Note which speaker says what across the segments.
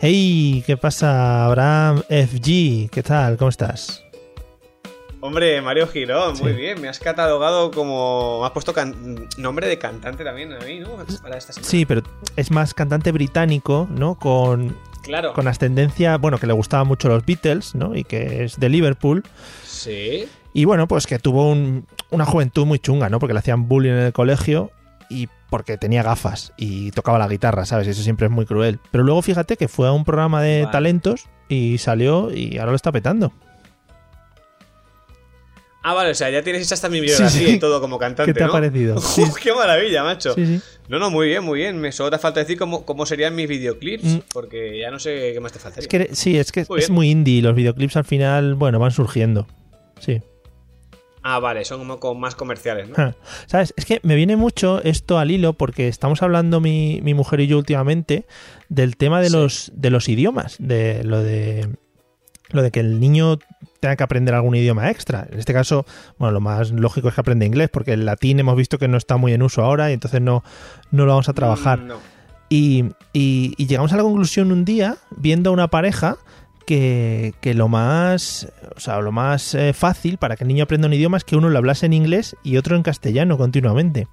Speaker 1: Hey, ¿qué pasa, Abraham FG? ¿Qué tal? ¿Cómo estás?
Speaker 2: Hombre, Mario Girón, muy
Speaker 1: Sí.
Speaker 2: bien. Me has catalogado como. Me has puesto can- nombre de cantante también a mí, ¿no? Para esta semana.
Speaker 1: Sí, pero es más cantante británico, ¿no? Con,
Speaker 2: Claro.
Speaker 1: con ascendencia, bueno, que le gustaban mucho los Beatles, ¿no? Y que es de Liverpool.
Speaker 2: Sí.
Speaker 1: Y bueno, pues que tuvo un- una juventud muy chunga, ¿no? Porque le hacían bullying en el colegio y porque tenía gafas y tocaba la guitarra, ¿sabes? Eso siempre es muy cruel. Pero luego fíjate que fue a un programa de
Speaker 2: Vale.
Speaker 1: talentos y salió y ahora lo está petando.
Speaker 2: Ah, vale, o sea, ya tienes hasta mi biografía
Speaker 1: Sí, sí.
Speaker 2: y todo como cantante.
Speaker 1: ¿Qué te ha
Speaker 2: ¿no?
Speaker 1: parecido? Sí,
Speaker 2: Uf, ¡Qué maravilla, macho!
Speaker 1: sí, sí.
Speaker 2: No, no, muy bien, muy bien. Me solo te falta decir cómo, cómo serían mis videoclips,
Speaker 1: Mm.
Speaker 2: porque ya no sé qué más te faltaría.
Speaker 1: Es que, sí, es que
Speaker 2: Muy
Speaker 1: es
Speaker 2: bien.
Speaker 1: muy indie. Los videoclips al final, bueno, van surgiendo. Sí.
Speaker 2: Ah, vale, son como con más comerciales, ¿no?
Speaker 1: Ah, ¿Sabes? Es que me viene mucho esto al hilo porque estamos hablando mi, mi mujer y yo últimamente del tema de,
Speaker 2: Sí.
Speaker 1: los, de los idiomas, de lo de lo de que el niño tenga que aprender algún idioma extra. En este caso, bueno, lo más lógico es que aprenda inglés porque el latín hemos visto que no está muy en uso ahora y entonces no, no lo vamos a trabajar.
Speaker 2: Mm, No.
Speaker 1: Y, y- y llegamos a la conclusión un día, viendo a una pareja, que, que lo más, o sea, lo más eh, fácil para que el niño aprenda un idioma es que uno lo hablase en inglés y otro en castellano continuamente.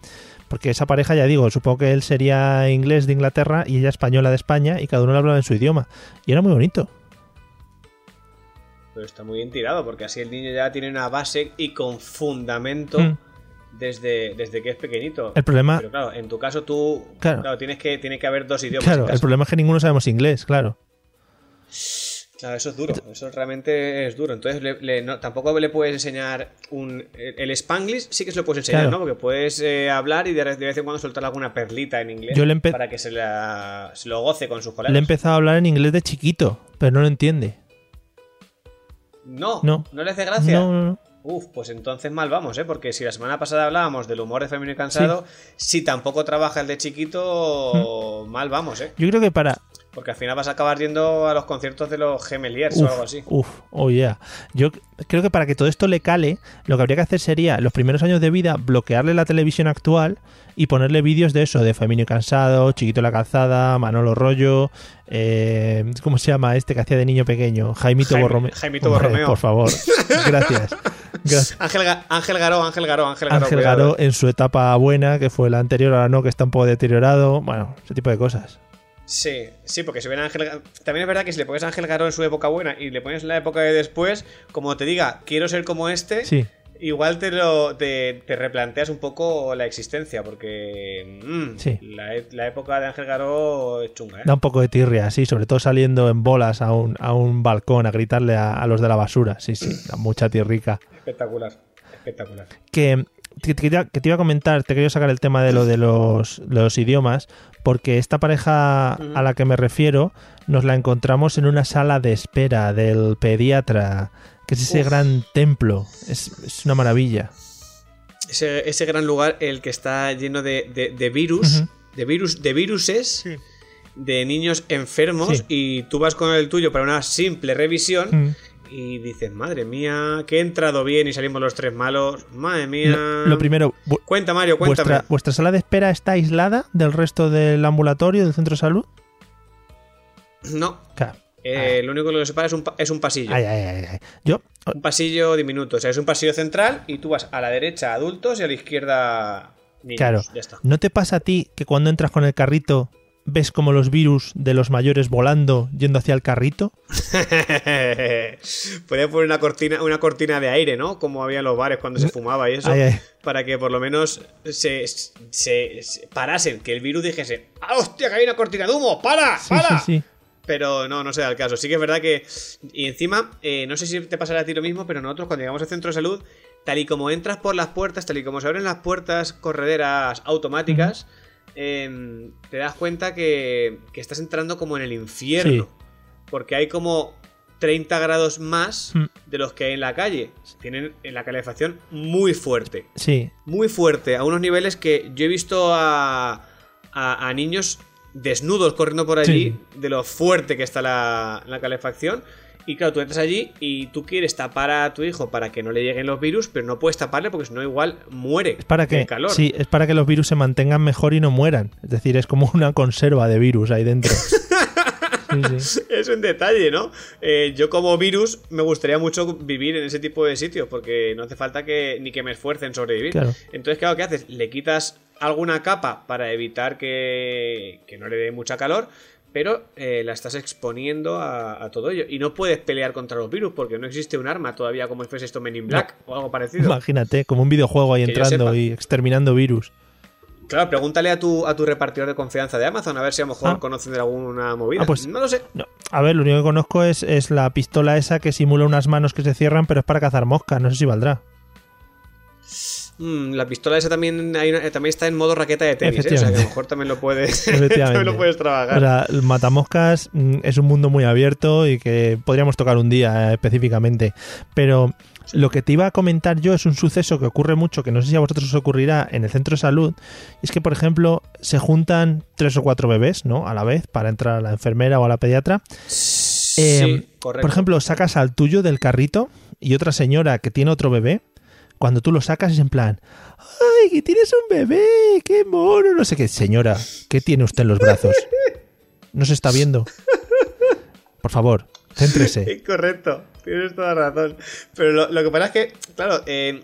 Speaker 1: Porque esa pareja, ya digo, supongo que él sería inglés de Inglaterra y ella española de España y cada uno lo hablaba en su idioma. Y era muy bonito.
Speaker 2: Pero está muy bien tirado, porque así el niño ya tiene una base y con fundamento
Speaker 1: Mm.
Speaker 2: desde, desde que es pequeñito.
Speaker 1: El problema,
Speaker 2: Pero claro, en tu caso tú.
Speaker 1: Claro.
Speaker 2: Claro, tienes, que, tiene que haber dos idiomas. en
Speaker 1: claro,
Speaker 2: casa.
Speaker 1: el problema es que ninguno sabemos inglés, claro.
Speaker 2: Claro, eso es duro. Eso realmente es duro. Entonces, le- le- no- tampoco le puedes enseñar un. El, el Spanglish sí que se lo puedes enseñar,
Speaker 1: Claro.
Speaker 2: ¿no? Porque puedes eh, hablar y de, de vez en cuando soltar alguna perlita en inglés
Speaker 1: Yo le empe-
Speaker 2: para que se, la, se lo goce con sus colegas.
Speaker 1: Le he empezado a hablar en inglés de chiquito, pero no lo entiende.
Speaker 2: no,
Speaker 1: No.
Speaker 2: no, le hace gracia.
Speaker 1: No, no, no.
Speaker 2: Uf, pues entonces mal vamos, ¿eh? Porque si la semana pasada hablábamos del humor de femenino y cansado, si tampoco trabaja el de chiquito, mal vamos, ¿eh?
Speaker 1: Yo creo que para,
Speaker 2: Porque al final vas a acabar yendo a los conciertos de los Gemeliers o algo así.
Speaker 1: Uf, oh yeah. Yo c- creo que para que todo esto le cale, lo que habría que hacer sería, los primeros años de vida, bloquearle la televisión actual y ponerle vídeos de eso, de Feminio Cansado, Chiquito la Calzada, Manolo Rollo, eh, ¿cómo se llama este que hacía de niño pequeño? Jaimito
Speaker 2: Jaime-
Speaker 1: Borromeo.
Speaker 2: Jaimito
Speaker 1: Hombre,
Speaker 2: Borromeo.
Speaker 1: Por favor, gracias. Gracias.
Speaker 2: Ángel, Ga- Ángel Garó, Ángel Garó, Ángel Garó.
Speaker 1: Ángel
Speaker 2: cuidado, eh.
Speaker 1: Garó en su etapa buena, que fue la anterior, ahora no, que está un poco deteriorado. Bueno, ese tipo de cosas.
Speaker 2: Sí, sí, porque si hubiera Ángel Ga- También es verdad que si le pones a Ángel Garó en su época buena y le pones en la época de después, como te diga, quiero ser como este,
Speaker 1: Sí.
Speaker 2: igual te lo te, te replanteas un poco la existencia, porque mm,
Speaker 1: Sí.
Speaker 2: la, e- la época de Ángel Garó es chunga, ¿eh?
Speaker 1: Da un poco de tirria, sí, sobre todo saliendo en bolas a un, a un balcón a gritarle a, a los de la basura. Sí, sí, da mucha tirrica.
Speaker 2: Espectacular, espectacular.
Speaker 1: Que, que, te quería- que te iba a comentar, te quería sacar el tema de lo de los, los idiomas, porque esta pareja a la que me refiero nos la encontramos en una sala de espera del pediatra, que es ese
Speaker 2: Uf.
Speaker 1: gran templo. Es, es una maravilla.
Speaker 2: Ese, ese gran lugar, el que está lleno de, de- de virus,
Speaker 1: Ujú.
Speaker 2: de virus, de viruses, de niños enfermos,
Speaker 1: Sí.
Speaker 2: y tú vas con el tuyo para una simple revisión.
Speaker 1: Mm.
Speaker 2: Y dices, madre mía, que he entrado bien y salimos los tres malos. Madre mía.
Speaker 1: Lo, lo primero, vu-
Speaker 2: Cuenta, Mario, um, cuéntame.
Speaker 1: vuestra, ¿vuestra sala de espera está aislada del resto del ambulatorio, del centro de salud?
Speaker 2: No,
Speaker 1: Claro. Ah.
Speaker 2: eh, lo único que lo separa es un, pa- es un pasillo.
Speaker 1: Ay, ay, ay, ay. Yo,
Speaker 2: Un pasillo diminuto. O sea, es un pasillo central y tú vas a la derecha adultos y a la izquierda niños.
Speaker 1: Claro.
Speaker 2: Ya está.
Speaker 1: ¿no te pasa a ti que cuando entras con el carrito ves como los virus de los mayores volando yendo hacia el carrito.
Speaker 2: Podría poner una cortina, una cortina de aire, ¿no? Como había en los bares cuando se fumaba y eso.
Speaker 1: Ay, ay.
Speaker 2: Para que por lo menos se, se, se parasen, que el virus dijese, ¡ah, hostia, que hay una cortina de humo! ¡Para!
Speaker 1: Sí,
Speaker 2: ¡Para!
Speaker 1: sí, sí.
Speaker 2: Pero no, no se da el caso. Sí que es verdad que. Y encima, eh, no sé si te pasará a ti lo mismo, pero nosotros cuando llegamos al centro de salud, tal y como entras por las puertas, tal y como se abren las puertas correderas automáticas, eh, te das cuenta que, que estás entrando como en el infierno. Porque hay como 30 grados más
Speaker 1: Mm.
Speaker 2: de los que hay en la calle. Tienen en la calefacción muy fuerte
Speaker 1: Sí,
Speaker 2: muy fuerte, a unos niveles que yo he visto a, a, a niños desnudos corriendo por allí, de lo fuerte que está la, la calefacción. Y claro, tú entras allí y tú quieres tapar a tu hijo para que no le lleguen los virus, pero no puedes taparle porque si no igual muere
Speaker 1: es para que
Speaker 2: del calor.
Speaker 1: sí, es para que los virus se mantengan mejor y no mueran. Es decir, es como una conserva de virus ahí dentro. Sí, sí.
Speaker 2: Es un detalle, ¿no? Eh, yo como virus me gustaría mucho vivir en ese tipo de sitios porque no hace falta que ni que me esfuerce en sobrevivir.
Speaker 1: Claro.
Speaker 2: Entonces, claro, ¿qué haces? Le quitas alguna capa para evitar que, que no le dé mucha calor, pero eh, la estás exponiendo a, a todo ello. Y no puedes pelear contra los virus porque no existe un arma todavía como fuese esto Men in Black o algo parecido.
Speaker 1: Imagínate, como un videojuego ahí
Speaker 2: Que yo
Speaker 1: entrando
Speaker 2: sepa.
Speaker 1: y exterminando virus.
Speaker 2: Claro, pregúntale a tu, a tu repartidor de confianza de Amazon a ver si a lo mejor
Speaker 1: Ah.
Speaker 2: conocen de alguna movida.
Speaker 1: Ah, pues-
Speaker 2: no lo sé.
Speaker 1: No, a ver, lo único que conozco es, es la pistola esa que simula unas manos que se cierran, pero es para cazar moscas. No sé si valdrá.
Speaker 2: Mm, la pistola esa también, hay una- eh, también está en modo raqueta de tenis, ¿eh? o sea que a
Speaker 1: Efectivamente.
Speaker 2: lo mejor también lo puedes,
Speaker 1: Efectivamente.
Speaker 2: también lo puedes trabajar.
Speaker 1: O sea, el matamoscas mm, es un mundo muy abierto y que podríamos tocar un día eh, específicamente. Pero lo que te iba a comentar yo es un suceso que ocurre mucho, que no sé si a vosotros os ocurrirá en el centro de salud. y Es que, por ejemplo, se juntan tres o cuatro bebés, ¿no? A la vez, para entrar a la enfermera o a la pediatra. Eh,
Speaker 2: sí, correcto.
Speaker 1: Por ejemplo, sacas al tuyo del carrito y otra señora que tiene otro bebé, cuando tú lo sacas es en plan, ¡ay, que tienes un bebé! ¡Qué mono! No sé qué. Señora, ¿qué tiene usted en los brazos? No se está viendo. Por favor, céntrese.
Speaker 2: Sí, correcto, tienes toda la razón. Pero lo, lo que pasa es que, claro, eh,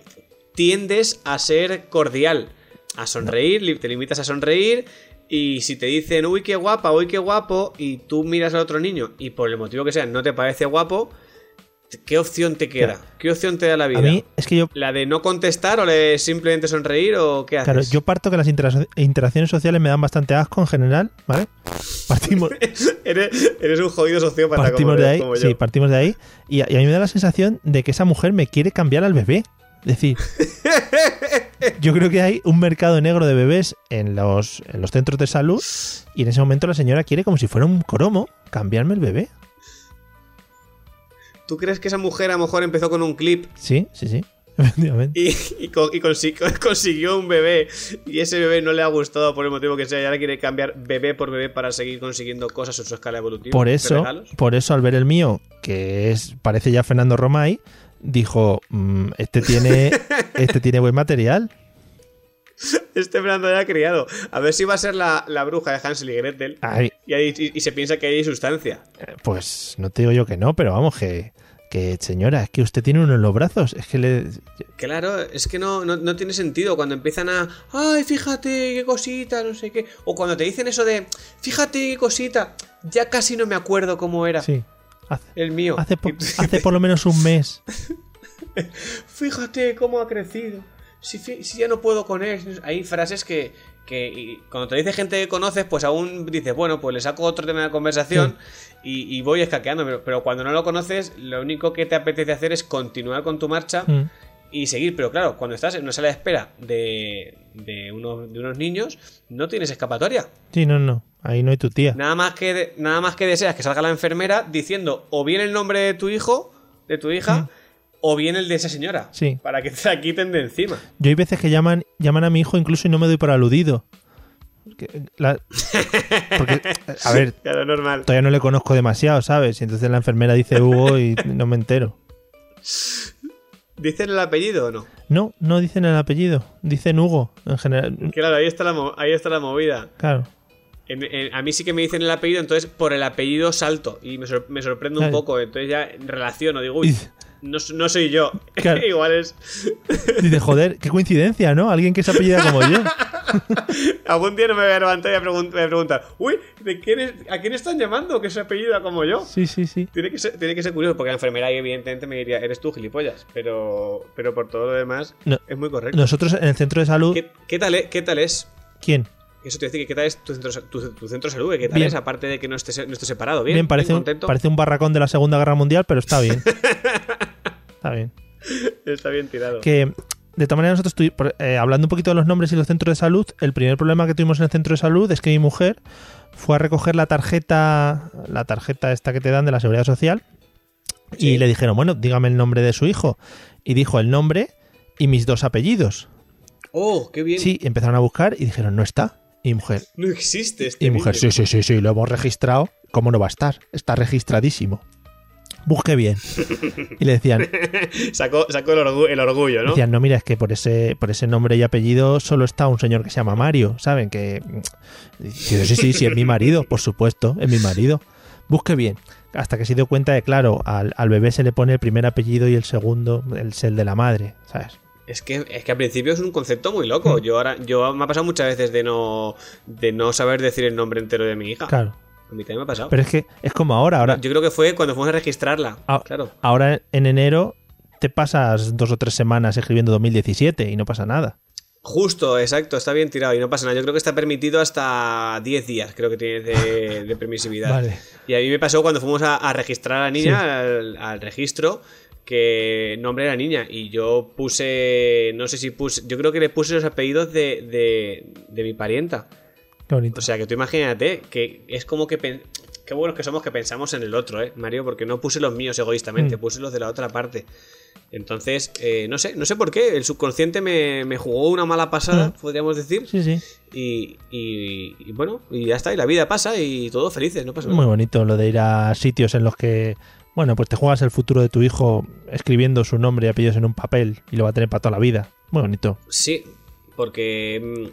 Speaker 2: tiendes a ser cordial, a sonreír, li- te limitas a sonreír. Y si te dicen, uy, qué guapa, uy, qué guapo, y tú miras al otro niño y por el motivo que sea no te parece guapo, ¿qué opción te queda? ¿Qué opción te da la vida?
Speaker 1: A mí es que yo,
Speaker 2: ¿La de no contestar o la de simplemente sonreír o qué haces?
Speaker 1: claro, yo parto que las intera- interacciones sociales me dan bastante asco en general, ¿vale? Partimos,
Speaker 2: eres, eres un jodido sociópata
Speaker 1: partimos
Speaker 2: como,
Speaker 1: de ahí,
Speaker 2: como yo.
Speaker 1: sí, partimos de ahí. Y a, y a mí me da la sensación de que esa mujer me quiere cambiar al bebé. Es decir, yo creo que hay un mercado negro de bebés en los, en los centros de salud y en ese momento la señora quiere, como si fuera un cromo, cambiarme el bebé.
Speaker 2: ¿Tú crees que esa mujer a lo mejor empezó con un clip
Speaker 1: Sí, sí, sí, efectivamente.
Speaker 2: y, y co- y consi- consiguió, un bebé y ese bebé no le ha gustado por el motivo que sea y ahora quiere cambiar bebé por bebé para seguir consiguiendo cosas en su escala evolutiva?
Speaker 1: Por
Speaker 2: ¿De
Speaker 1: eso,
Speaker 2: regalos?
Speaker 1: por eso al ver el mío, que es parece ya Fernando Romay, dijo, "Mm, este, tiene, este tiene buen material.
Speaker 2: Este Fernando ya ha criado. A ver si va a ser la, la bruja de Hansel y Gretel
Speaker 1: Ay,
Speaker 2: y, ahí- y- y se piensa que hay sustancia.
Speaker 1: Eh, Pues no te digo yo que no, pero vamos, que, que señora, es que usted tiene uno en los brazos. Es que le.
Speaker 2: Claro, es que no, no, no tiene sentido cuando empiezan a. ¡Ay, fíjate qué cosita! No sé qué. O cuando te dicen eso de. ¡Fíjate qué cosita! Ya casi no me acuerdo cómo era
Speaker 1: Sí. Hace,
Speaker 2: el mío.
Speaker 1: hace po- hace por lo menos un mes.
Speaker 2: Fíjate cómo ha crecido. Si, fi- si ya no puedo con él. Hay frases que, que y cuando te dice gente que conoces, pues aún dices, bueno, pues le saco otro tema de conversación y, y voy escaqueando. Pero, pero cuando no lo conoces, lo único que te apetece hacer es continuar con tu marcha
Speaker 1: Mm.
Speaker 2: y seguir. Pero claro, cuando estás en una sala de espera de, de, unos, de unos niños, no tienes escapatoria.
Speaker 1: Sí, no, no. Ahí no hay tu tía.
Speaker 2: Nada más que, de- nada más que deseas que salga la enfermera diciendo o bien el nombre de tu hijo, de tu hija, o bien el de esa señora.
Speaker 1: Sí.
Speaker 2: Para que te la quiten de encima.
Speaker 1: Yo hay veces que llaman, llaman a mi hijo incluso y no me doy por aludido. Que la- Porque, a ver,
Speaker 2: Claro, normal.
Speaker 1: todavía no le conozco demasiado, ¿sabes? Y entonces la enfermera dice Hugo y no me entero.
Speaker 2: ¿Dicen el apellido o no?
Speaker 1: No, no dicen el apellido. Dicen Hugo, en general.
Speaker 2: Claro, ahí está la, mo- ahí está la movida.
Speaker 1: Claro.
Speaker 2: En- en- a mí sí que me dicen el apellido, entonces por el apellido salto. Y me, sor- me sorprende un
Speaker 1: Claro.
Speaker 2: poco. Entonces ya relaciono, digo, uy, no, s- no soy yo.
Speaker 1: Claro.
Speaker 2: Igual es.
Speaker 1: Dice, joder, qué coincidencia, ¿no? Alguien que se apellida como yo.
Speaker 2: Algún día no me voy a levantar y voy a, voy a preguntar, uy, ¿de quién es, ¿a quién están llamando que se apellida como yo?
Speaker 1: Sí, sí, sí.
Speaker 2: Tiene que, ser, tiene que ser curioso, porque la enfermera ahí evidentemente me diría, eres tú gilipollas, pero, pero por todo lo demás
Speaker 1: No-
Speaker 2: es muy correcto.
Speaker 1: Nosotros en el centro de salud.
Speaker 2: ¿Qué, qué tal, e- ¿Qué tal es?
Speaker 1: ¿Quién?
Speaker 2: Eso te decir que qué tal es tu centro, tu, tu centro de salud, que qué tal
Speaker 1: Bien.
Speaker 2: es, aparte de que no esté, se- no esté separado. Bien,
Speaker 1: Bien, parece,
Speaker 2: bien
Speaker 1: un,
Speaker 2: contento.
Speaker 1: parece un barracón de la Segunda Guerra Mundial, pero está bien. está bien.
Speaker 2: Está bien tirado.
Speaker 1: Que de todas maneras nosotros, tuvi- por- eh, hablando un poquito de los nombres y los centros de salud, el primer problema que tuvimos en el centro de salud es que mi mujer fue a recoger la tarjeta, la tarjeta esta que te dan de la Seguridad Social, y
Speaker 2: Sí.
Speaker 1: le dijeron, bueno, dígame el nombre de su hijo. Y dijo el nombre y mis dos apellidos.
Speaker 2: Oh, qué bien.
Speaker 1: Sí, empezaron a buscar y dijeron, no está. Y mi mujer,
Speaker 2: No existe este
Speaker 1: Y mujer, sí, sí,
Speaker 2: vídeo.
Speaker 1: sí, sí, lo hemos registrado. ¿Cómo no va a estar? Está registradísimo. Busque bien. Y le decían,
Speaker 2: Sacó, sacó el, orgu- el orgullo, ¿no?
Speaker 1: decían, no, mira, es que por ese, por ese nombre y apellido solo está un señor que se llama Mario, ¿saben? Que. y yo, sí, sí, sí, es mi marido, por supuesto, es mi marido. Busque bien. Hasta que se dio cuenta de, claro, al, al bebé se le pone el primer apellido y el segundo, el, es el de la madre, ¿sabes?
Speaker 2: Es que, es que al principio es un concepto muy
Speaker 1: Mm.
Speaker 2: loco. Yo ahora, yo me ha pasado muchas veces de no, de no saber decir el nombre entero de mi hija.
Speaker 1: Claro.
Speaker 2: A mí también me ha pasado.
Speaker 1: Pero es que es como ahora, ahora.
Speaker 2: Yo creo que fue cuando fuimos a registrarla.
Speaker 1: Ah.
Speaker 2: Claro.
Speaker 1: Ahora en enero te pasas dos o tres semanas escribiendo 2017 y no pasa nada.
Speaker 2: Justo, exacto, está bien tirado y no pasa nada. Yo creo que está permitido hasta 10 días, creo que tiene de, de permisividad.
Speaker 1: Vale.
Speaker 2: Y a mí me pasó cuando fuimos a, a registrar a la niña al, al registro que nombre era niña y yo puse, no sé si puse, yo creo que le puse los apellidos de, de, de mi parienta.
Speaker 1: Qué bonito.
Speaker 2: O sea, que tú imagínate que es como que... pen- Qué buenos que somos que pensamos en el otro, ¿eh, Mario? Porque no puse los míos egoístamente,
Speaker 1: Mm.
Speaker 2: puse los de la otra parte. Entonces, eh, no sé, no sé por qué. El subconsciente me, me jugó una mala pasada,
Speaker 1: Mm.
Speaker 2: podríamos decir.
Speaker 1: sí, sí.
Speaker 2: Y, y- y bueno, y ya está. Y la vida pasa y todos felices, no pasa nada.
Speaker 1: Muy bonito lo de ir a sitios en los que, bueno, pues te juegas el futuro de tu hijo escribiendo su nombre y apellidos en un papel y lo va a tener para toda la vida. Muy bonito.
Speaker 2: Sí, porque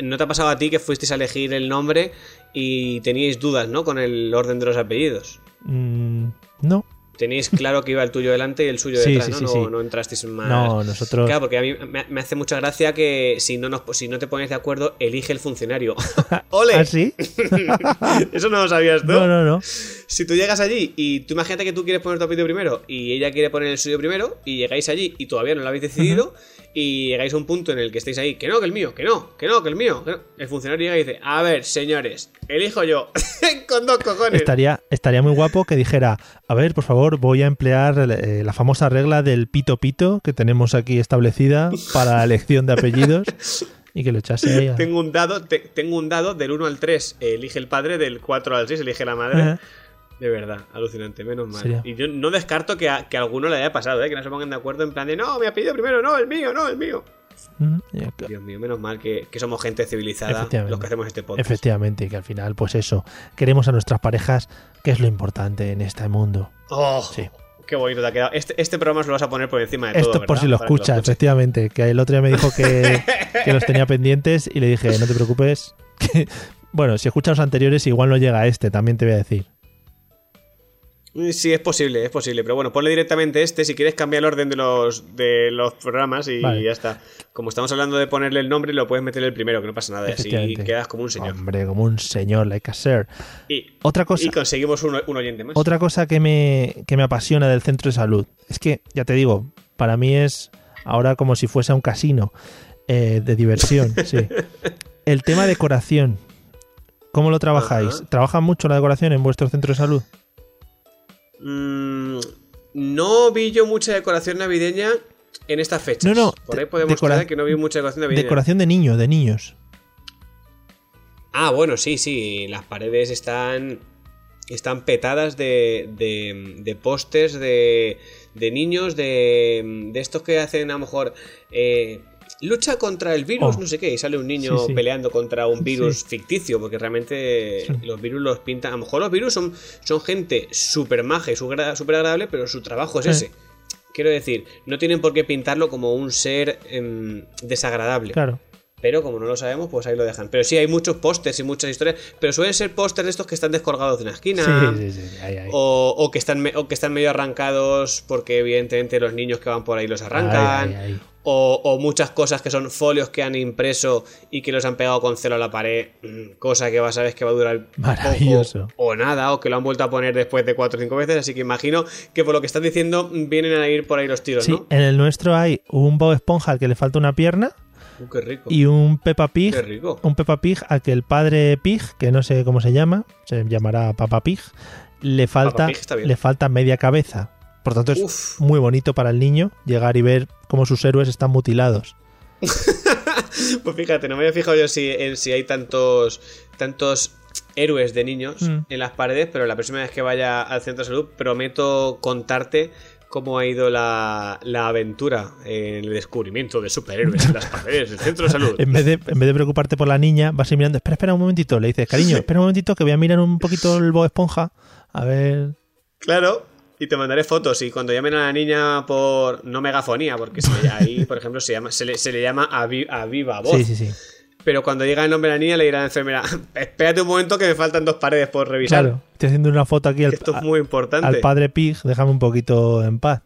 Speaker 2: mm, no te ha pasado a ti que fuisteis a elegir el nombre y teníais dudas, ¿no? Con el orden de los apellidos.
Speaker 1: Mm, no,
Speaker 2: Teníais claro que iba el tuyo delante y el suyo
Speaker 1: Sí,
Speaker 2: detrás,
Speaker 1: sí,
Speaker 2: ¿no?
Speaker 1: sí,
Speaker 2: no,
Speaker 1: sí.
Speaker 2: no entrasteis más.
Speaker 1: no, nosotros.
Speaker 2: Claro, porque a mí me, me hace mucha gracia que si no, nos, si no te pones de acuerdo, elige el funcionario. ¡Ole!
Speaker 1: ¿Ah, sí?
Speaker 2: Eso no lo sabías tú.
Speaker 1: No, no, no.
Speaker 2: Si tú llegas allí y tú imagínate que tú quieres poner tu apellido primero y ella quiere poner el suyo primero y llegáis allí y todavía no lo habéis decidido y llegáis a un punto en el que estáis ahí, que no, que el mío, que no, que no, que el mío. que no. El funcionario llega y dice, a ver, señores, elijo yo con dos cojones.
Speaker 1: Estaría, estaría muy guapo que dijera, a ver, por favor, voy a emplear eh, la famosa regla del pito pito que tenemos aquí establecida para la elección de apellidos y que lo echase ahí a-
Speaker 2: Tengo un dado, te- tengo un dado del 1 al 3, elige el padre, del 4 al 6, elige la madre.
Speaker 1: Ajá.
Speaker 2: De verdad, alucinante, menos mal.
Speaker 1: Sería-
Speaker 2: Y yo no descarto que a, que a alguno le haya pasado, ¿eh? que no se pongan de acuerdo en plan de no, mi apellido primero, no, el mío, no, el mío.
Speaker 1: Mm, ya que-
Speaker 2: Dios mío, menos mal que, que somos gente civilizada
Speaker 1: Efectivamente.
Speaker 2: los que hacemos este podcast.
Speaker 1: Efectivamente, que al final, pues eso, queremos a nuestras parejas, que es lo importante en este mundo.
Speaker 2: Oh,
Speaker 1: Sí.
Speaker 2: qué bonito te ha quedado. Este, este programa se lo vas a poner por encima de
Speaker 1: Esto
Speaker 2: todo.
Speaker 1: es por
Speaker 2: ¿verdad?
Speaker 1: si lo
Speaker 2: Para que
Speaker 1: escucha,
Speaker 2: escuches.
Speaker 1: efectivamente, que el otro día me dijo que, que los tenía pendientes y le dije, no te preocupes, que- bueno, si escuchas los anteriores igual no llega a este, también te voy a decir. eh.
Speaker 2: Sí, es posible, es posible. Pero bueno, ponle directamente este si quieres cambiar el orden de los, de los programas y
Speaker 1: Vale.
Speaker 2: ya está. Como estamos hablando de ponerle el nombre, lo puedes meter el primero, que no pasa nada. y Así
Speaker 1: Efectivamente.
Speaker 2: quedas como un señor.
Speaker 1: Hombre, como un señor, like a ser.
Speaker 2: Y,
Speaker 1: Otra cosa,
Speaker 2: y conseguimos un, un oyente más.
Speaker 1: Otra cosa que me, que me apasiona del centro de salud es que, ya te digo, para mí es ahora como si fuese un casino eh, de diversión. sí. El tema decoración. ¿Cómo lo trabajáis?
Speaker 2: Ajá.
Speaker 1: ¿Trabajan mucho la decoración en vuestro centro de salud?
Speaker 2: Mm, no vi yo mucha decoración navideña en esta fecha.
Speaker 1: No, no,
Speaker 2: Por ahí
Speaker 1: de-
Speaker 2: podemos
Speaker 1: decora-
Speaker 2: tirar que no vi mucha decoración navideña.
Speaker 1: Decoración de niños, de niños.
Speaker 2: Ah, bueno, sí, sí. Las paredes están. Están petadas de. de, de pósters de. de niños, de. de estos que hacen a lo mejor. eh, Lucha contra el virus,
Speaker 1: Oh.
Speaker 2: no sé qué, y sale un niño
Speaker 1: Sí, sí.
Speaker 2: peleando contra un virus
Speaker 1: Sí.
Speaker 2: ficticio, porque realmente
Speaker 1: Sí.
Speaker 2: los virus los pintan. A lo mejor los virus son, son gente súper maja y súper súper agradable, pero su trabajo es
Speaker 1: Sí.
Speaker 2: ese. Quiero decir, no tienen por qué pintarlo como un ser em, desagradable.
Speaker 1: Claro.
Speaker 2: Pero como no lo sabemos, pues ahí lo dejan. Pero sí, hay muchos pósters y muchas historias. Pero suelen ser pósters de estos que están descolgados de una esquina.
Speaker 1: Sí, sí, sí, ahí, ahí.
Speaker 2: O, o que están me- o que están medio arrancados porque evidentemente los niños que van por ahí los arrancan.
Speaker 1: Ay, ay, ay.
Speaker 2: O, o muchas cosas que son folios que han impreso y que los han pegado con celo a la pared. mm, Cosa que vas a ver que va a durar
Speaker 1: Maravilloso.
Speaker 2: poco o nada. O que lo han vuelto a poner después de cuatro o cinco veces. Así que imagino que por lo que estás diciendo mm, vienen a ir por ahí los tiros,
Speaker 1: Sí,
Speaker 2: ¿no?
Speaker 1: en el nuestro hay un Bob Esponja al que le falta una pierna
Speaker 2: Uh, qué rico.
Speaker 1: y un Peppa Pig,
Speaker 2: Qué rico.
Speaker 1: un Peppa Pig al que el padre Pig, que no sé cómo se llama, se llamará Papa Pig, le falta,
Speaker 2: Pig está bien.
Speaker 1: le falta media cabeza. Por tanto, es
Speaker 2: Uf.
Speaker 1: muy bonito para el niño llegar y ver cómo sus héroes están mutilados.
Speaker 2: Pues fíjate, no me había fijado yo si, en si hay tantos tantos héroes de niños
Speaker 1: Mm.
Speaker 2: en las paredes, pero la próxima vez que vaya al centro de salud prometo contarte cómo ha ido la, la aventura en el descubrimiento de superhéroes en las paredes del centro de salud.
Speaker 1: En vez, de, en vez de preocuparte por la niña, vas a ir mirando, espera, espera un momentito, le dices, cariño, espera un momentito que voy a mirar un poquito el Bob Esponja, a ver...
Speaker 2: Claro. Y te mandaré fotos y cuando llamen a la niña por no megafonía, porque se- ahí, por ejemplo, se, llama, se, le, se le llama a, vi- a viva voz.
Speaker 1: Sí, sí, sí.
Speaker 2: Pero cuando llega el nombre de la niña le dirá a la enfermera, espérate un momento que me faltan dos paredes por revisar.
Speaker 1: Claro, estoy haciendo una foto aquí al,
Speaker 2: Esto es muy importante.
Speaker 1: al padre Pig, déjame un poquito en paz.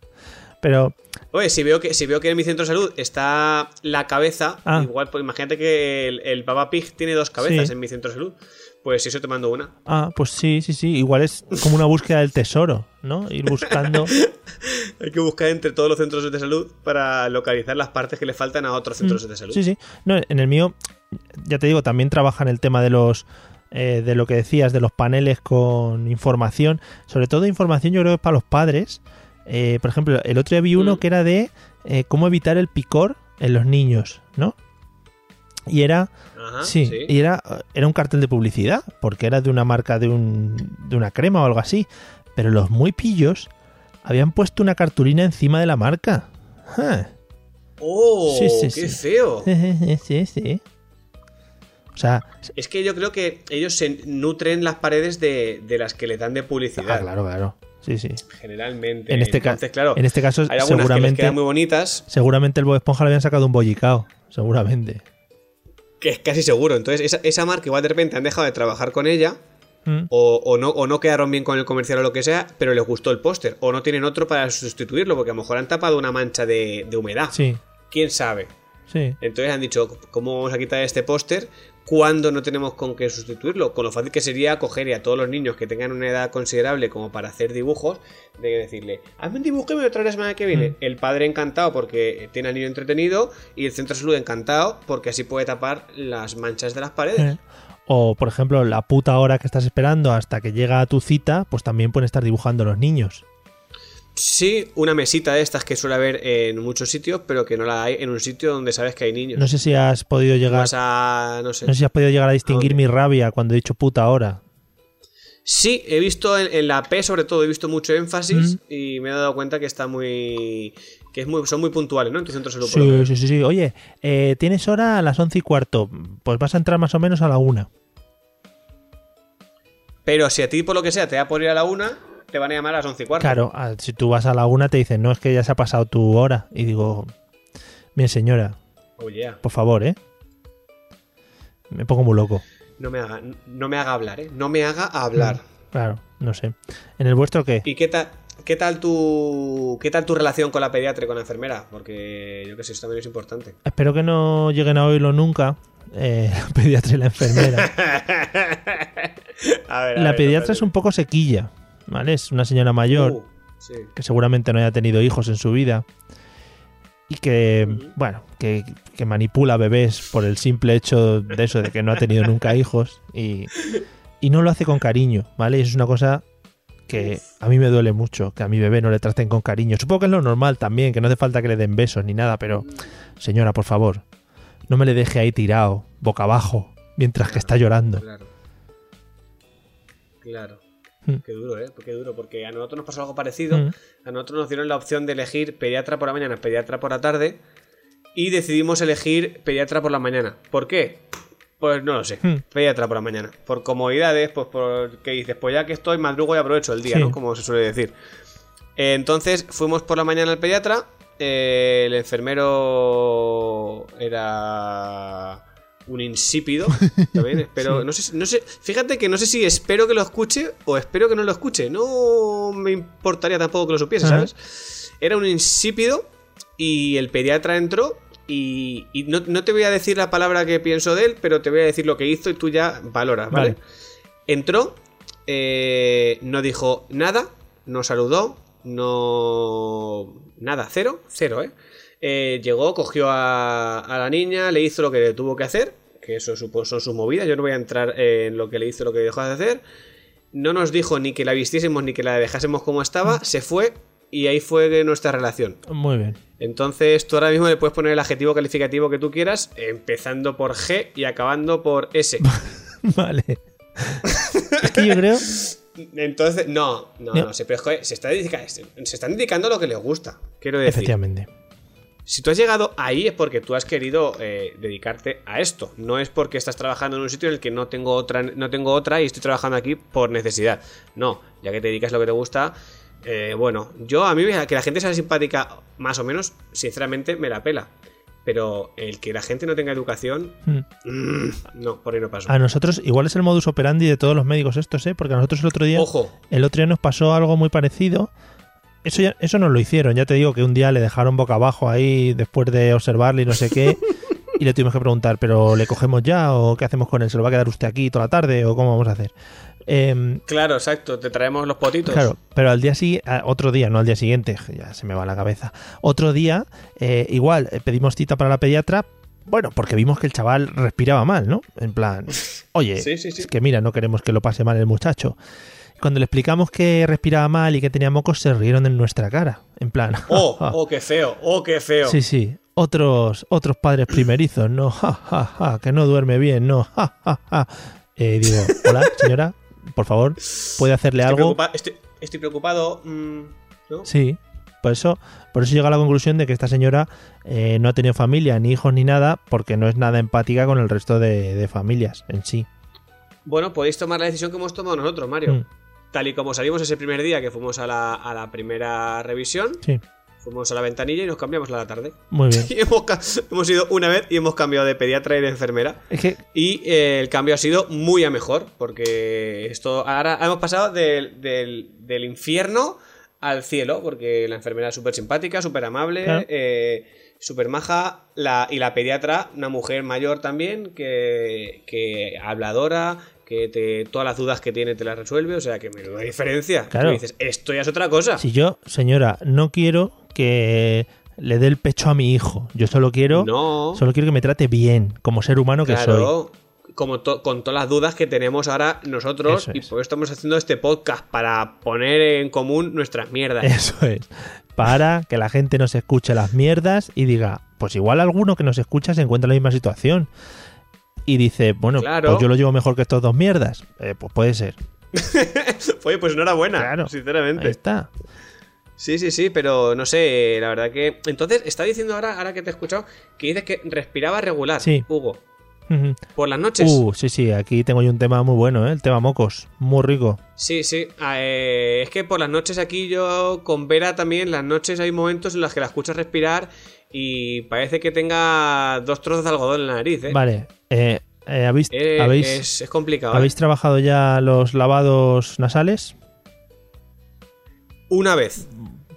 Speaker 1: Pero
Speaker 2: Oye, si veo que, si veo que en mi centro de salud está la cabeza,
Speaker 1: Ah.
Speaker 2: igual, pues imagínate que el, el Papa Pig tiene dos cabezas
Speaker 1: Sí.
Speaker 2: en mi centro de salud. Pues si eso te mando una.
Speaker 1: Ah, pues sí, sí, sí. Igual es como una búsqueda del tesoro, ¿no? Ir buscando.
Speaker 2: Hay que buscar entre todos los centros de salud para localizar las partes que le faltan a otros centros de salud.
Speaker 1: Mm. Sí, sí. No, en el mío, ya te digo, también trabajan el tema de los. eh, de lo que decías, de los paneles con información. Sobre todo información, yo creo que es para los padres. Eh, por ejemplo, el otro día vi uno
Speaker 2: Mm.
Speaker 1: que era de eh, cómo evitar el picor en los niños, ¿no? Y era.
Speaker 2: Ajá,
Speaker 1: sí,
Speaker 2: Ah, sí.
Speaker 1: y era, era un cartel de publicidad, porque era de una marca de, un, de una crema o algo así. Pero los muy pillos habían puesto una cartulina encima de la marca. Ah,
Speaker 2: ¡Oh!
Speaker 1: Sí, sí,
Speaker 2: ¡Qué
Speaker 1: sí.
Speaker 2: feo!
Speaker 1: sí, sí. O sea,
Speaker 2: Es que yo creo que ellos se nutren las paredes de, de las que le dan de
Speaker 1: ah,
Speaker 2: publicidad.
Speaker 1: claro, claro. Sí, sí.
Speaker 2: Generalmente.
Speaker 1: En este, ca-
Speaker 2: Entonces, claro,
Speaker 1: en este caso,
Speaker 2: hay algunas que les
Speaker 1: seguramente,
Speaker 2: quedan muy bonitas.
Speaker 1: seguramente el Bob Esponja le habían sacado un bollicao. Seguramente.
Speaker 2: Que es casi seguro. Entonces, esa, esa marca igual de repente han dejado de trabajar con ella
Speaker 1: Mm.
Speaker 2: o, o no, o no quedaron bien con el comercial o lo que sea, pero les gustó el póster. O no tienen otro para sustituirlo, porque a lo mejor han tapado una mancha de, de humedad.
Speaker 1: Sí,
Speaker 2: ¿Quién sabe?
Speaker 1: sí.
Speaker 2: Entonces han dicho, ¿cómo vamos a quitar este póster cuando no tenemos con qué sustituirlo? Con lo fácil que sería coger y a todos los niños que tengan una edad considerable como para hacer dibujos, de decirle, hazme un dibujo y me lo traes la semana que viene.
Speaker 1: Mm.
Speaker 2: El padre encantado porque tiene al niño entretenido y el centro de salud encantado porque así puede tapar las manchas de las paredes.
Speaker 1: Eh. O, por ejemplo, la puta hora que estás esperando hasta que llega a tu cita, pues también pueden estar dibujando los niños.
Speaker 2: Sí, una mesita de estas que suele haber en muchos sitios, pero que no la hay en un sitio donde sabes que hay niños.
Speaker 1: No sé si has podido llegar,
Speaker 2: Vas a, no sé.
Speaker 1: no sé si has podido llegar a distinguir
Speaker 2: Ah,
Speaker 1: mi rabia cuando he dicho puta hora.
Speaker 2: Sí, he visto en, en la P sobre todo, he visto mucho énfasis
Speaker 1: Mm.
Speaker 2: y me he dado cuenta que está muy. que es muy, son muy puntuales, ¿no? En tu centro de salud. por lo
Speaker 1: Sí,
Speaker 2: menos.
Speaker 1: sí, sí, sí. Oye, eh, tienes hora a las once y cuarto. Pues vas a entrar más o menos a la una.
Speaker 2: Pero si a ti, por lo que sea, te va a poner a la una, te van a llamar a las once y cuarto.
Speaker 1: Claro, ah, si tú vas a la una te dicen, no, es que ya se ha pasado tu hora. Y digo, bien señora,
Speaker 2: Oh, yeah.
Speaker 1: por favor, ¿eh? Me pongo muy loco.
Speaker 2: no, me haga, no me haga hablar, ¿eh? No me haga hablar.
Speaker 1: Claro, no sé. ¿En el vuestro qué?
Speaker 2: ¿Y qué tal, qué tal tu. qué tal tu relación con la pediatra y con la enfermera? Porque yo que sé, eso también es importante.
Speaker 1: Espero que no lleguen a oírlo nunca. eh, la pediatra y la enfermera.
Speaker 2: A ver, a
Speaker 1: la
Speaker 2: ver,
Speaker 1: pediatra
Speaker 2: no,
Speaker 1: es un poco sequilla, ¿vale? Es una señora mayor
Speaker 2: Uh, sí.
Speaker 1: que seguramente no haya tenido hijos en su vida y que, bueno, que, que manipula bebés por el simple hecho de eso, de que no ha tenido nunca hijos y, y no lo hace con cariño, ¿vale? Y eso es una cosa que a mí me duele mucho, que a mi bebé no le traten con cariño. Supongo que es lo normal también, que no hace falta que le den besos ni nada, pero señora, por favor, no me le deje ahí tirado, boca abajo, mientras que está llorando.
Speaker 2: Claro. Claro.
Speaker 1: Mm.
Speaker 2: Qué duro, ¿eh? Qué duro, porque a nosotros nos pasó algo parecido.
Speaker 1: Mm.
Speaker 2: A nosotros nos dieron la opción de elegir pediatra por la mañana, pediatra por la tarde. Y decidimos elegir pediatra por la mañana. ¿Por qué? Pues no lo sé.
Speaker 1: Mm.
Speaker 2: Pediatra por la mañana. Por comodidades, pues porque dices, pues ya que estoy, madrugo y aprovecho el día,
Speaker 1: Sí.
Speaker 2: ¿no? Como se suele decir. Entonces fuimos por la mañana al pediatra eh, el enfermero era un insípido también espero no sé no sé fíjate que no sé si espero que lo escuche o espero que no lo escuche no me importaría tampoco que lo supiese
Speaker 1: Ajá.
Speaker 2: sabes era un insípido y el pediatra entró y, y no, no te voy a decir la palabra que pienso de él pero te voy a decir lo que hizo y tú ya valoras vale,
Speaker 1: Vale.
Speaker 2: entró eh, no dijo nada no saludó no nada cero cero eh eh, llegó, cogió a, a la niña, le hizo lo que tuvo que hacer, que eso supo- son sus movidas, yo no voy a entrar en lo que le hizo, lo que dejó de hacer. No nos dijo ni que la vistiésemos ni que la dejásemos como estaba, se fue y ahí fue nuestra relación.
Speaker 1: Muy bien.
Speaker 2: Entonces tú ahora mismo le puedes poner el adjetivo calificativo que tú quieras, empezando por G y acabando por S.
Speaker 1: Vale. Es que yo creo.
Speaker 2: Entonces, no, no,
Speaker 1: No.
Speaker 2: no, se, pero, joder, se, está dedica- se están dedicando a lo que les gusta, quiero decir.
Speaker 1: Efectivamente.
Speaker 2: Si tú has llegado ahí es porque tú has querido eh, dedicarte a esto. No es porque estás trabajando en un sitio en el que no tengo otra, no tengo otra y estoy trabajando aquí por necesidad. No, ya que te dedicas a lo que te gusta. eh, bueno, yo a mí que la gente sea simpática, más o menos, sinceramente me la pela. Pero el que la gente no tenga educación,
Speaker 1: Mm.
Speaker 2: mm, no, por ahí no paso.
Speaker 1: A nosotros, igual es el modus operandi de todos los médicos estos, ¿eh? Porque a nosotros el otro día.
Speaker 2: Ojo,
Speaker 1: El otro día nos pasó algo muy parecido. Eso, ya, eso nos lo hicieron. Ya te digo que un día le dejaron boca abajo ahí después de observarle y no sé qué. y le tuvimos que preguntar, ¿pero le cogemos ya? ¿O qué hacemos con él? ¿Se lo va a quedar usted aquí toda la tarde? ¿O cómo vamos a hacer? Em,
Speaker 2: claro, exacto, te traemos los potitos.
Speaker 1: Claro, pero al día siguiente, otro día, no al día siguiente, ya se me va la cabeza. Otro día, eh, igual, eh, pedimos cita para la pediatra, bueno, porque vimos que el chaval respiraba mal, ¿no? En plan, oye,
Speaker 2: Sí, sí, sí.
Speaker 1: es que mira, no queremos que lo pase mal el muchacho. Cuando le explicamos que respiraba mal y que tenía mocos, se rieron en nuestra cara. En plan,
Speaker 2: Oh, oh, qué feo, oh, qué feo.
Speaker 1: sí, sí. Otros, otros padres primerizos, no, ja, ja, ja, que no duerme bien, no, ja, ja, ja. Eh, digo, hola, señora, por favor, ¿puede hacerle
Speaker 2: estoy,
Speaker 1: algo?
Speaker 2: preocupa- estoy- estoy preocupado. mm, ¿no?
Speaker 1: Sí, por eso, por eso llega a la conclusión de que esta señora eh, no ha tenido familia, ni hijos, ni nada, porque no es nada empática con el resto de, de familias en sí.
Speaker 2: Bueno, podéis tomar la decisión que hemos tomado nosotros, Mario.
Speaker 1: Mm,
Speaker 2: Tal y como salimos ese primer día que fuimos a la, a la primera revisión,
Speaker 1: sí,
Speaker 2: fuimos a la ventanilla y nos cambiamos a la tarde.
Speaker 1: muy bien.
Speaker 2: Y hemos, ca- hemos ido una vez y hemos cambiado de pediatra y de enfermera.
Speaker 1: Es que,
Speaker 2: Y eh, el cambio ha sido muy a mejor, porque esto ahora hemos pasado del, del- del infierno al cielo, porque la enfermera es súper simpática, súper amable,
Speaker 1: Claro.
Speaker 2: eh, súper maja, la, y la pediatra, una mujer mayor también, que, que habladora, que te, todas las dudas que tiene te las resuelve, o sea que menuda diferencia. Tú
Speaker 1: Claro.
Speaker 2: dices, esto ya es otra cosa.
Speaker 1: si yo, señora, no quiero que le dé el pecho a mi hijo, yo solo quiero,
Speaker 2: no,
Speaker 1: solo quiero que me trate bien, como ser humano que soy.
Speaker 2: claro. Como to- con todas las dudas que tenemos ahora nosotros
Speaker 1: Eso
Speaker 2: y
Speaker 1: es.
Speaker 2: por eso estamos haciendo este podcast para poner en común nuestras mierdas.
Speaker 1: Eso es. Para que la gente nos escuche las mierdas y diga, pues igual alguno que nos escucha se encuentra en la misma situación. Y dice, bueno,
Speaker 2: Claro.
Speaker 1: pues yo lo llevo mejor que estos dos mierdas. Eh, pues puede ser.
Speaker 2: Oye, pues enhorabuena,
Speaker 1: Claro. Ahí
Speaker 2: sinceramente.
Speaker 1: está.
Speaker 2: Sí, sí, sí, pero no sé, la verdad que. Entonces, está diciendo ahora, ahora que te he escuchado, que dices que respiraba regular,
Speaker 1: Sí.
Speaker 2: Hugo.
Speaker 1: Ujú.
Speaker 2: Por las noches.
Speaker 1: Uh, sí, sí, aquí tengo yo un tema muy bueno, ¿eh? el tema mocos. Muy rico.
Speaker 2: Sí, sí. Ah, eh, es que por las noches aquí yo con Vera también, las noches hay momentos en los que la escuchas respirar y parece que tenga dos trozos de algodón en la nariz, ¿eh?
Speaker 1: Vale. eh, eh, ¿Habéis,
Speaker 2: Eh,
Speaker 1: habéis,
Speaker 2: es, es complicado. ¿eh?
Speaker 1: ¿habéis trabajado ya los lavados nasales?
Speaker 2: Una vez.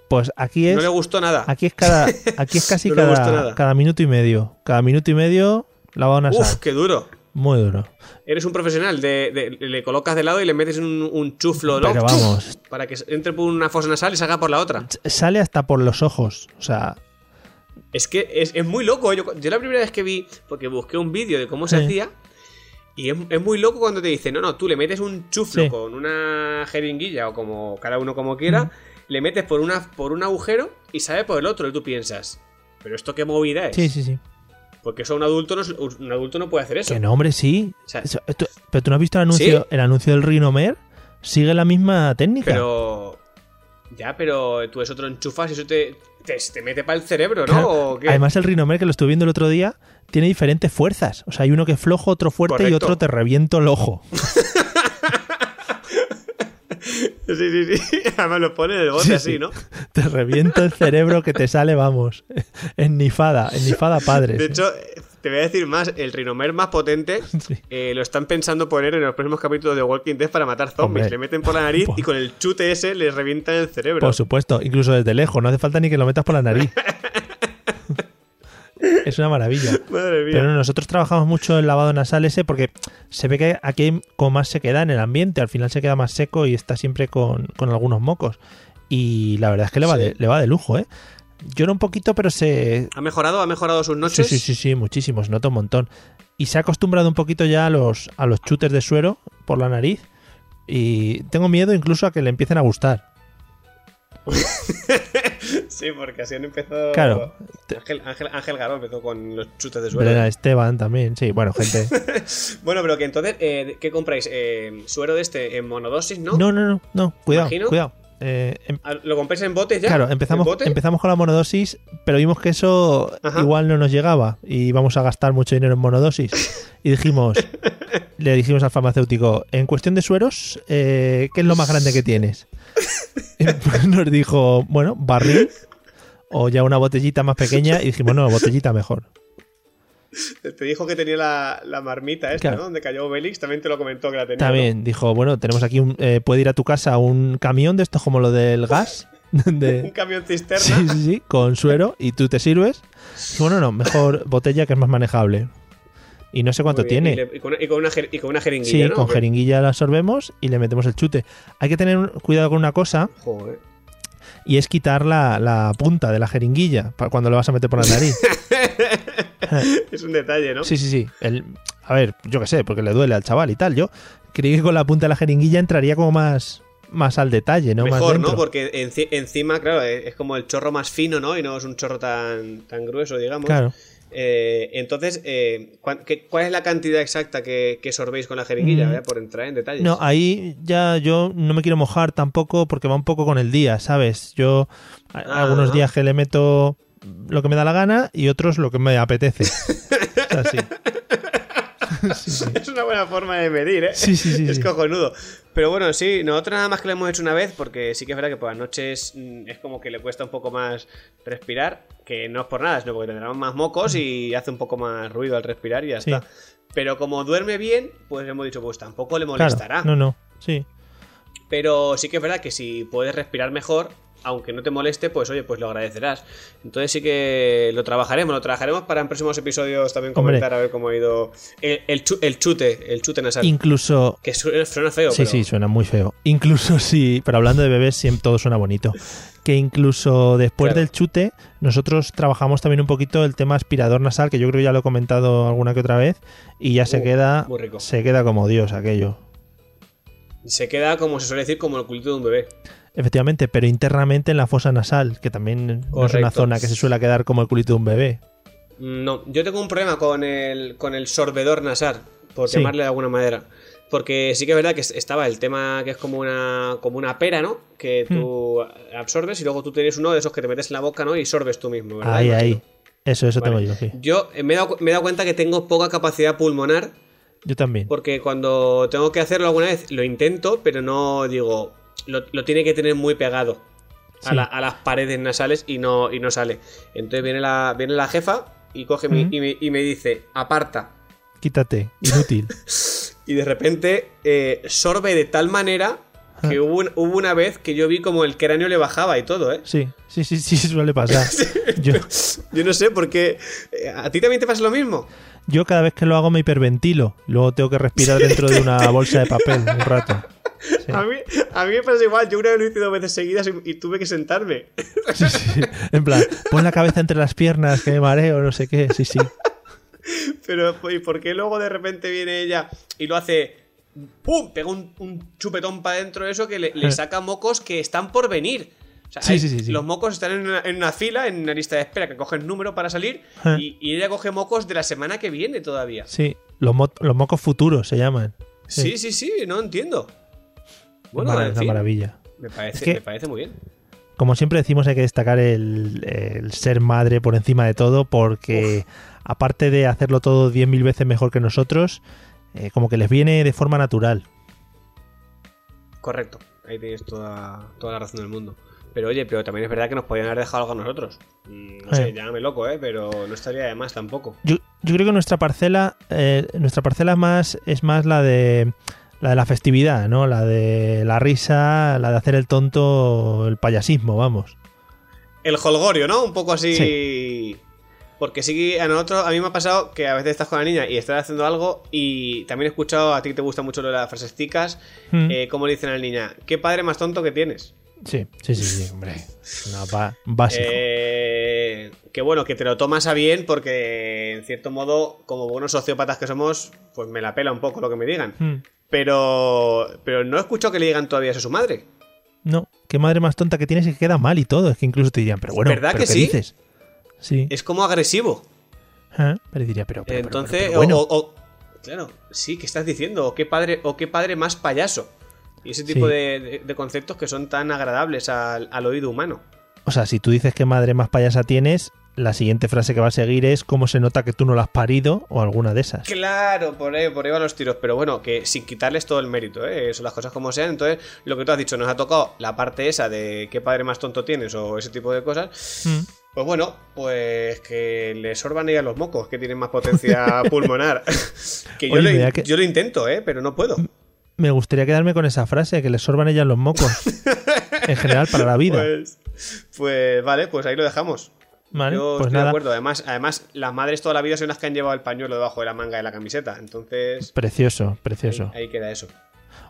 Speaker 1: Pues aquí es,
Speaker 2: No le gustó nada.
Speaker 1: aquí es, cada, aquí es casi
Speaker 2: No le gusta
Speaker 1: cada,
Speaker 2: nada.
Speaker 1: cada minuto y medio. Cada minuto y medio lavado nasal.
Speaker 2: Uf, qué duro.
Speaker 1: Muy duro.
Speaker 2: Eres un profesional, de, de- le colocas de lado y le metes un, un chuflo, ¿no?
Speaker 1: Pero vamos.
Speaker 2: Para que entre por una fosa nasal y salga por la otra.
Speaker 1: Sale hasta por los ojos. O sea,
Speaker 2: Es que es, es muy loco. ¿eh? Yo, yo la primera vez que vi, porque busqué un vídeo de cómo se
Speaker 1: Sí.
Speaker 2: hacía, y es, es muy loco cuando te dicen, no, no, tú le metes un chuflo
Speaker 1: Sí.
Speaker 2: con una jeringuilla o como cada uno como quiera, le metes por, una, por un agujero y sale por el otro. Y tú piensas, pero esto qué movida es.
Speaker 1: sí, sí, sí.
Speaker 2: Porque eso un adulto no, es- un adulto no puede hacer eso.
Speaker 1: Que no, hombre, sí.
Speaker 2: O sea,
Speaker 1: Eso- esto- pero tú no has visto el anuncio,
Speaker 2: ¿Sí?
Speaker 1: el anuncio del Rinomer. Sigue la misma técnica.
Speaker 2: Pero. Ya, pero tú eso te lo enchufas y eso te, te, te mete para el cerebro, ¿no?
Speaker 1: Claro.
Speaker 2: ¿O qué?
Speaker 1: Además, el Rinomer, que lo estuve viendo el otro día, tiene diferentes fuerzas. O sea, hay uno que es flojo, otro fuerte y
Speaker 2: Correcto.
Speaker 1: otro te reviento el ojo.
Speaker 2: Sí, sí, sí. Además lo pone en el bote
Speaker 1: Sí,
Speaker 2: así,
Speaker 1: sí.
Speaker 2: ¿no?
Speaker 1: Te reviento el cerebro que te sale, vamos. Ennifada, ennifada padres.
Speaker 2: De hecho, te voy a decir más, el rinomer más potente
Speaker 1: Sí.
Speaker 2: eh, lo están pensando poner en los próximos capítulos de Walking Dead para matar zombies.
Speaker 1: Hombre.
Speaker 2: Le meten por la nariz y con el chute ese les revientan el cerebro.
Speaker 1: Por supuesto, incluso desde lejos, no hace falta ni que lo metas por la nariz. es una maravilla.
Speaker 2: Madre mía.
Speaker 1: Pero no, nosotros trabajamos mucho el lavado nasal ese porque se ve que aquí hay como más se queda en el ambiente, al final se queda más seco y está siempre con, con algunos mocos. Y la verdad es que le va,
Speaker 2: Sí.
Speaker 1: de, le va de lujo, ¿eh? Llora un poquito, pero se...
Speaker 2: ¿Ha mejorado? ¿Ha mejorado sus
Speaker 1: Sí,
Speaker 2: noches?
Speaker 1: sí, sí, sí, muchísimo, se nota un montón. Y se ha acostumbrado un poquito ya a los, a los chutes de suero por la nariz y tengo miedo incluso a que le empiecen a gustar.
Speaker 2: Sí, porque así han empezado.
Speaker 1: Claro.
Speaker 2: Ángel, Ángel, Ángel Garó empezó con los chutes de suero.
Speaker 1: Belén Esteban también, sí, bueno, gente...
Speaker 2: Bueno, pero que entonces, eh, ¿qué compráis? Eh, ¿Suero de este en monodosis, no?
Speaker 1: No, no, no, no, cuidado,
Speaker 2: Imagino.
Speaker 1: cuidado. Eh, em-
Speaker 2: Ah, ¿Lo compráis en botes ya?
Speaker 1: Claro, empezamos,
Speaker 2: ¿En bote?
Speaker 1: empezamos con la monodosis, pero vimos que eso
Speaker 2: Ajá.
Speaker 1: igual no nos llegaba y íbamos a gastar mucho dinero en monodosis. Y dijimos, le dijimos al farmacéutico, en cuestión de sueros, eh, ¿qué es lo más grande que tienes? Y pues nos dijo, bueno, barril o ya una botellita más pequeña y dijimos, no, botellita mejor.
Speaker 2: Te dijo que tenía la, la marmita esta,
Speaker 1: Claro.
Speaker 2: ¿no? Donde cayó Obelix, también te lo comentó que la tenía. ¿no?
Speaker 1: También dijo, bueno, tenemos aquí, un, eh, puede ir a tu casa un camión de estos como lo del gas. De,
Speaker 2: Un camión cisterna.
Speaker 1: Sí, sí, sí, con suero y tú te sirves. Y bueno, no, mejor botella que es más manejable. Y no sé cuánto
Speaker 2: Muy bien,
Speaker 1: tiene.
Speaker 2: Y, le- y con, y con una, jer- y con una jeringuilla,
Speaker 1: sí,
Speaker 2: ¿no?
Speaker 1: con jeringuilla la sorbemos y le metemos el chute. Hay que tener un- cuidado con una cosa
Speaker 2: Joder.
Speaker 1: y es quitar la, la punta de la jeringuilla para cuando lo vas a meter por la nariz.
Speaker 2: Es un detalle, ¿no?
Speaker 1: Sí, sí, sí. El- a ver, yo qué sé, porque le duele al chaval y tal. Yo creí que con la punta de la jeringuilla entraría como más, más al detalle, ¿no? más
Speaker 2: Mejor,
Speaker 1: dentro.
Speaker 2: ¿no? Porque enci- encima, claro, e-, es es como el chorro más fino, ¿no? Y no es un chorro tan, tan grueso, digamos.
Speaker 1: Claro.
Speaker 2: Eh, entonces, eh, ¿cuál, qué- cuál es la cantidad exacta que, que sorbéis con la jeringuilla?
Speaker 1: Mm.
Speaker 2: ¿verdad? Por entrar en detalles.
Speaker 1: No, ahí ya yo no me quiero mojar tampoco porque va un poco con el día, ¿sabes? Yo a-
Speaker 2: Ah.
Speaker 1: algunos días que le meto lo que me da la gana y otros lo que me apetece. O sea, sí. Sí, sí.
Speaker 2: Es una buena forma de medir, ¿eh?
Speaker 1: Sí, sí, sí,
Speaker 2: Es
Speaker 1: sí.
Speaker 2: cojonudo. Pero bueno, sí, nosotros nada más que lo hemos hecho una vez, porque sí que es verdad que por las noches mm, es como que le cuesta un poco más respirar, que no es por nada, sino porque tendrán más mocos y hace un poco más ruido al respirar y ya
Speaker 1: Sí.
Speaker 2: está. Pero como duerme bien, pues hemos dicho, pues tampoco le
Speaker 1: Claro,
Speaker 2: molestará.
Speaker 1: no, no, sí.
Speaker 2: Pero sí que es verdad que si puedes respirar mejor, aunque no te moleste, pues oye, pues lo agradecerás. Entonces sí que lo trabajaremos, lo trabajaremos para en próximos episodios también
Speaker 1: Hombre.
Speaker 2: comentar a ver cómo ha ido el, el chu- el chute, el chute nasal.
Speaker 1: Incluso
Speaker 2: Que suena, suena feo,
Speaker 1: Sí,
Speaker 2: pero...
Speaker 1: sí, suena muy feo. Incluso si, pero hablando de bebés, siempre todo suena bonito. Que incluso después
Speaker 2: Claro.
Speaker 1: del chute, nosotros trabajamos también un poquito el tema aspirador nasal, que yo creo que ya lo he comentado alguna que otra vez, y ya se
Speaker 2: Uh,
Speaker 1: queda,
Speaker 2: muy rico.
Speaker 1: se queda como Dios aquello.
Speaker 2: Se queda, como se suele decir, como el culito de un bebé.
Speaker 1: Efectivamente, pero internamente en la fosa nasal, que también no es una
Speaker 2: Correcto.
Speaker 1: zona que se suele quedar como el culito de un bebé.
Speaker 2: Mm, No, yo tengo un problema con el, con el sorbedor nasal, por
Speaker 1: Sí.
Speaker 2: llamarle de alguna manera. Porque sí que es verdad que es- estaba el tema que es como una, como una pera, ¿no? Que
Speaker 1: Hmm.
Speaker 2: tú absorbes y luego tú tienes uno de esos que te metes en la boca, ¿no? Y sorbes tú mismo, ¿verdad?
Speaker 1: Ahí,
Speaker 2: Imagino.
Speaker 1: ahí. Eso, eso
Speaker 2: Pues Vale.
Speaker 1: tengo yo, sí.
Speaker 2: Yo eh, me he, dado, cu- me he dado cuenta que tengo poca capacidad pulmonar
Speaker 1: Yo también.
Speaker 2: porque cuando tengo que hacerlo alguna vez lo intento, pero no digo, lo, lo tiene que tener muy pegado a,
Speaker 1: Sí.
Speaker 2: la- a las paredes nasales y no, y no sale. Entonces viene la, viene la jefa y coge mi-
Speaker 1: Ujú.
Speaker 2: y, me, y me dice, aparta.
Speaker 1: Quítate, inútil.
Speaker 2: Y de repente eh, sorbe de tal manera
Speaker 1: Ah.
Speaker 2: que hubo, un- hubo una vez que yo vi como el cráneo le bajaba y todo, ¿eh?
Speaker 1: Sí, sí, sí, sí, suele pasar. Yo,
Speaker 2: Yo no sé por qué. eh, ¿A ti también te pasa lo mismo?
Speaker 1: Yo cada vez que lo hago me hiperventilo. Luego tengo que respirar dentro de una bolsa de papel un rato. Sí.
Speaker 2: A, mí, a mí me pasa igual. Yo una vez lo hice dos veces seguidas y- y tuve que sentarme.
Speaker 1: Sí, sí. En plan, pon la cabeza entre las piernas, que me mareo, no sé qué. Sí, sí.
Speaker 2: Pero, ¿y por qué luego de repente viene ella y lo hace? ¡Pum! Pega un, un chupetón para adentro eso que le, le saca mocos que están por venir. O sea,
Speaker 1: Sí,
Speaker 2: hay-
Speaker 1: sí, sí, sí.
Speaker 2: Los mocos están en una, en una fila, en una lista de espera, que cogen número para salir
Speaker 1: Ah.
Speaker 2: y, y ella coge mocos de la semana que viene todavía.
Speaker 1: Sí. Los, mo- los mocos futuros se llaman.
Speaker 2: Sí, sí, sí, no entiendo. Bueno,
Speaker 1: Mara-
Speaker 2: en
Speaker 1: una
Speaker 2: fin,
Speaker 1: maravilla.
Speaker 2: me, parece,
Speaker 1: Es que-
Speaker 2: me parece muy bien.
Speaker 1: Como siempre decimos, hay que destacar el, el ser madre por encima de todo, porque aparte de hacerlo todo 10.000 veces mejor que nosotros, eh, como que les viene de forma natural.
Speaker 2: Correcto. ahí tienes toda, toda la razón del mundo. Pero oye, pero también es verdad que nos podían haber dejado algo a nosotros. Mm, No sé,
Speaker 1: Eh.
Speaker 2: llámame loco, ¿eh? Pero no estaría de más tampoco.
Speaker 1: Yo, yo creo que nuestra parcela, eh, nuestra parcela más es más la de la de la festividad, ¿no? La de la risa, la de hacer el tonto, el payasismo, vamos.
Speaker 2: El holgorio, ¿no? Un poco así... Porque sí que a nosotros, a mí me ha pasado que a veces estás con la niña y estás haciendo algo y también he escuchado, a ti que te gusta mucho lo de las frases ticas,
Speaker 1: Mm.
Speaker 2: eh, cómo le dicen a la niña, qué padre más tonto que tienes.
Speaker 1: Sí, sí, sí, sí, hombre. No, ba- básico.
Speaker 2: Eh, que bueno, que te lo tomas a bien porque en cierto modo, como buenos sociópatas que somos, pues me la pela un poco lo que me digan.
Speaker 1: Mm.
Speaker 2: Pero, pero no he escuchado que le digan todavía eso a su madre.
Speaker 1: No, qué madre más tonta que tienes y que queda mal y todo. Es que incluso te dirían, pero bueno,
Speaker 2: ¿Verdad
Speaker 1: ¿pero
Speaker 2: que
Speaker 1: qué
Speaker 2: sí?
Speaker 1: dices? Sí.
Speaker 2: Es como agresivo.
Speaker 1: Ah, Pero diría, pero, pero, pero,
Speaker 2: Entonces,
Speaker 1: pero, pero bueno.
Speaker 2: o, o- claro, sí, ¿qué estás diciendo? O qué padre, o qué padre más payaso. Y ese tipo
Speaker 1: Sí.
Speaker 2: de, de- de conceptos que son tan agradables al, al oído humano.
Speaker 1: O sea, si tú dices qué madre más payasa tienes, la siguiente frase que va a seguir es cómo se nota que tú no la has parido o alguna de esas.
Speaker 2: Claro, por ahí, por ahí van los tiros, pero bueno, que sin quitarles todo el mérito, ¿eh? son las cosas como sean. Entonces, lo que tú has dicho, nos ha tocado la parte esa de qué padre más tonto tienes o ese tipo de cosas.
Speaker 1: Mm.
Speaker 2: Pues bueno, pues que le sorban ahí a los mocos, que tienen más potencia pulmonar. que, yo
Speaker 1: Oye,
Speaker 2: lo,
Speaker 1: me
Speaker 2: in-
Speaker 1: da que-
Speaker 2: yo lo intento, ¿eh? pero no puedo.
Speaker 1: Me gustaría quedarme con esa frase, que le sorban ellas los mocos. en general, para la vida.
Speaker 2: Pues, pues vale, pues ahí lo dejamos.
Speaker 1: Vale,
Speaker 2: Yo
Speaker 1: pues
Speaker 2: estoy de
Speaker 1: nada.
Speaker 2: acuerdo. Además, además, las madres toda la vida son las que han llevado el pañuelo debajo de la manga de la camiseta. Entonces,
Speaker 1: Precioso, precioso.
Speaker 2: ahí, ahí queda eso.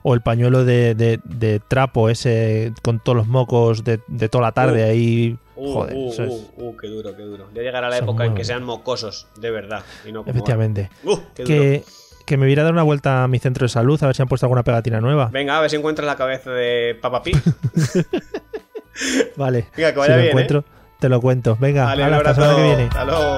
Speaker 1: O el pañuelo de, de- de trapo ese con todos los mocos de, de toda la tarde
Speaker 2: Uh.
Speaker 1: ahí.
Speaker 2: Uh,
Speaker 1: Joder,
Speaker 2: uh,
Speaker 1: eso es-
Speaker 2: uh, uh, qué duro, qué duro. Ya llegará la
Speaker 1: Son
Speaker 2: época en
Speaker 1: muy
Speaker 2: que
Speaker 1: buenos.
Speaker 2: sean mocosos, de verdad. Y no como
Speaker 1: efectivamente.
Speaker 2: ahora. Uh, qué duro.
Speaker 1: Que, que me iré a dar una vuelta a mi centro de salud a ver si han puesto alguna pegatina nueva.
Speaker 2: Venga, a ver si encuentras la cabeza de Papa Pi.
Speaker 1: Vale.
Speaker 2: Venga, que
Speaker 1: si
Speaker 2: vaya
Speaker 1: lo
Speaker 2: bien, ¿eh?
Speaker 1: encuentro, te lo cuento. Venga,
Speaker 2: Vale, un
Speaker 1: hala, hasta la semana
Speaker 2: abrazo.
Speaker 1: que viene.
Speaker 2: Hasta luego.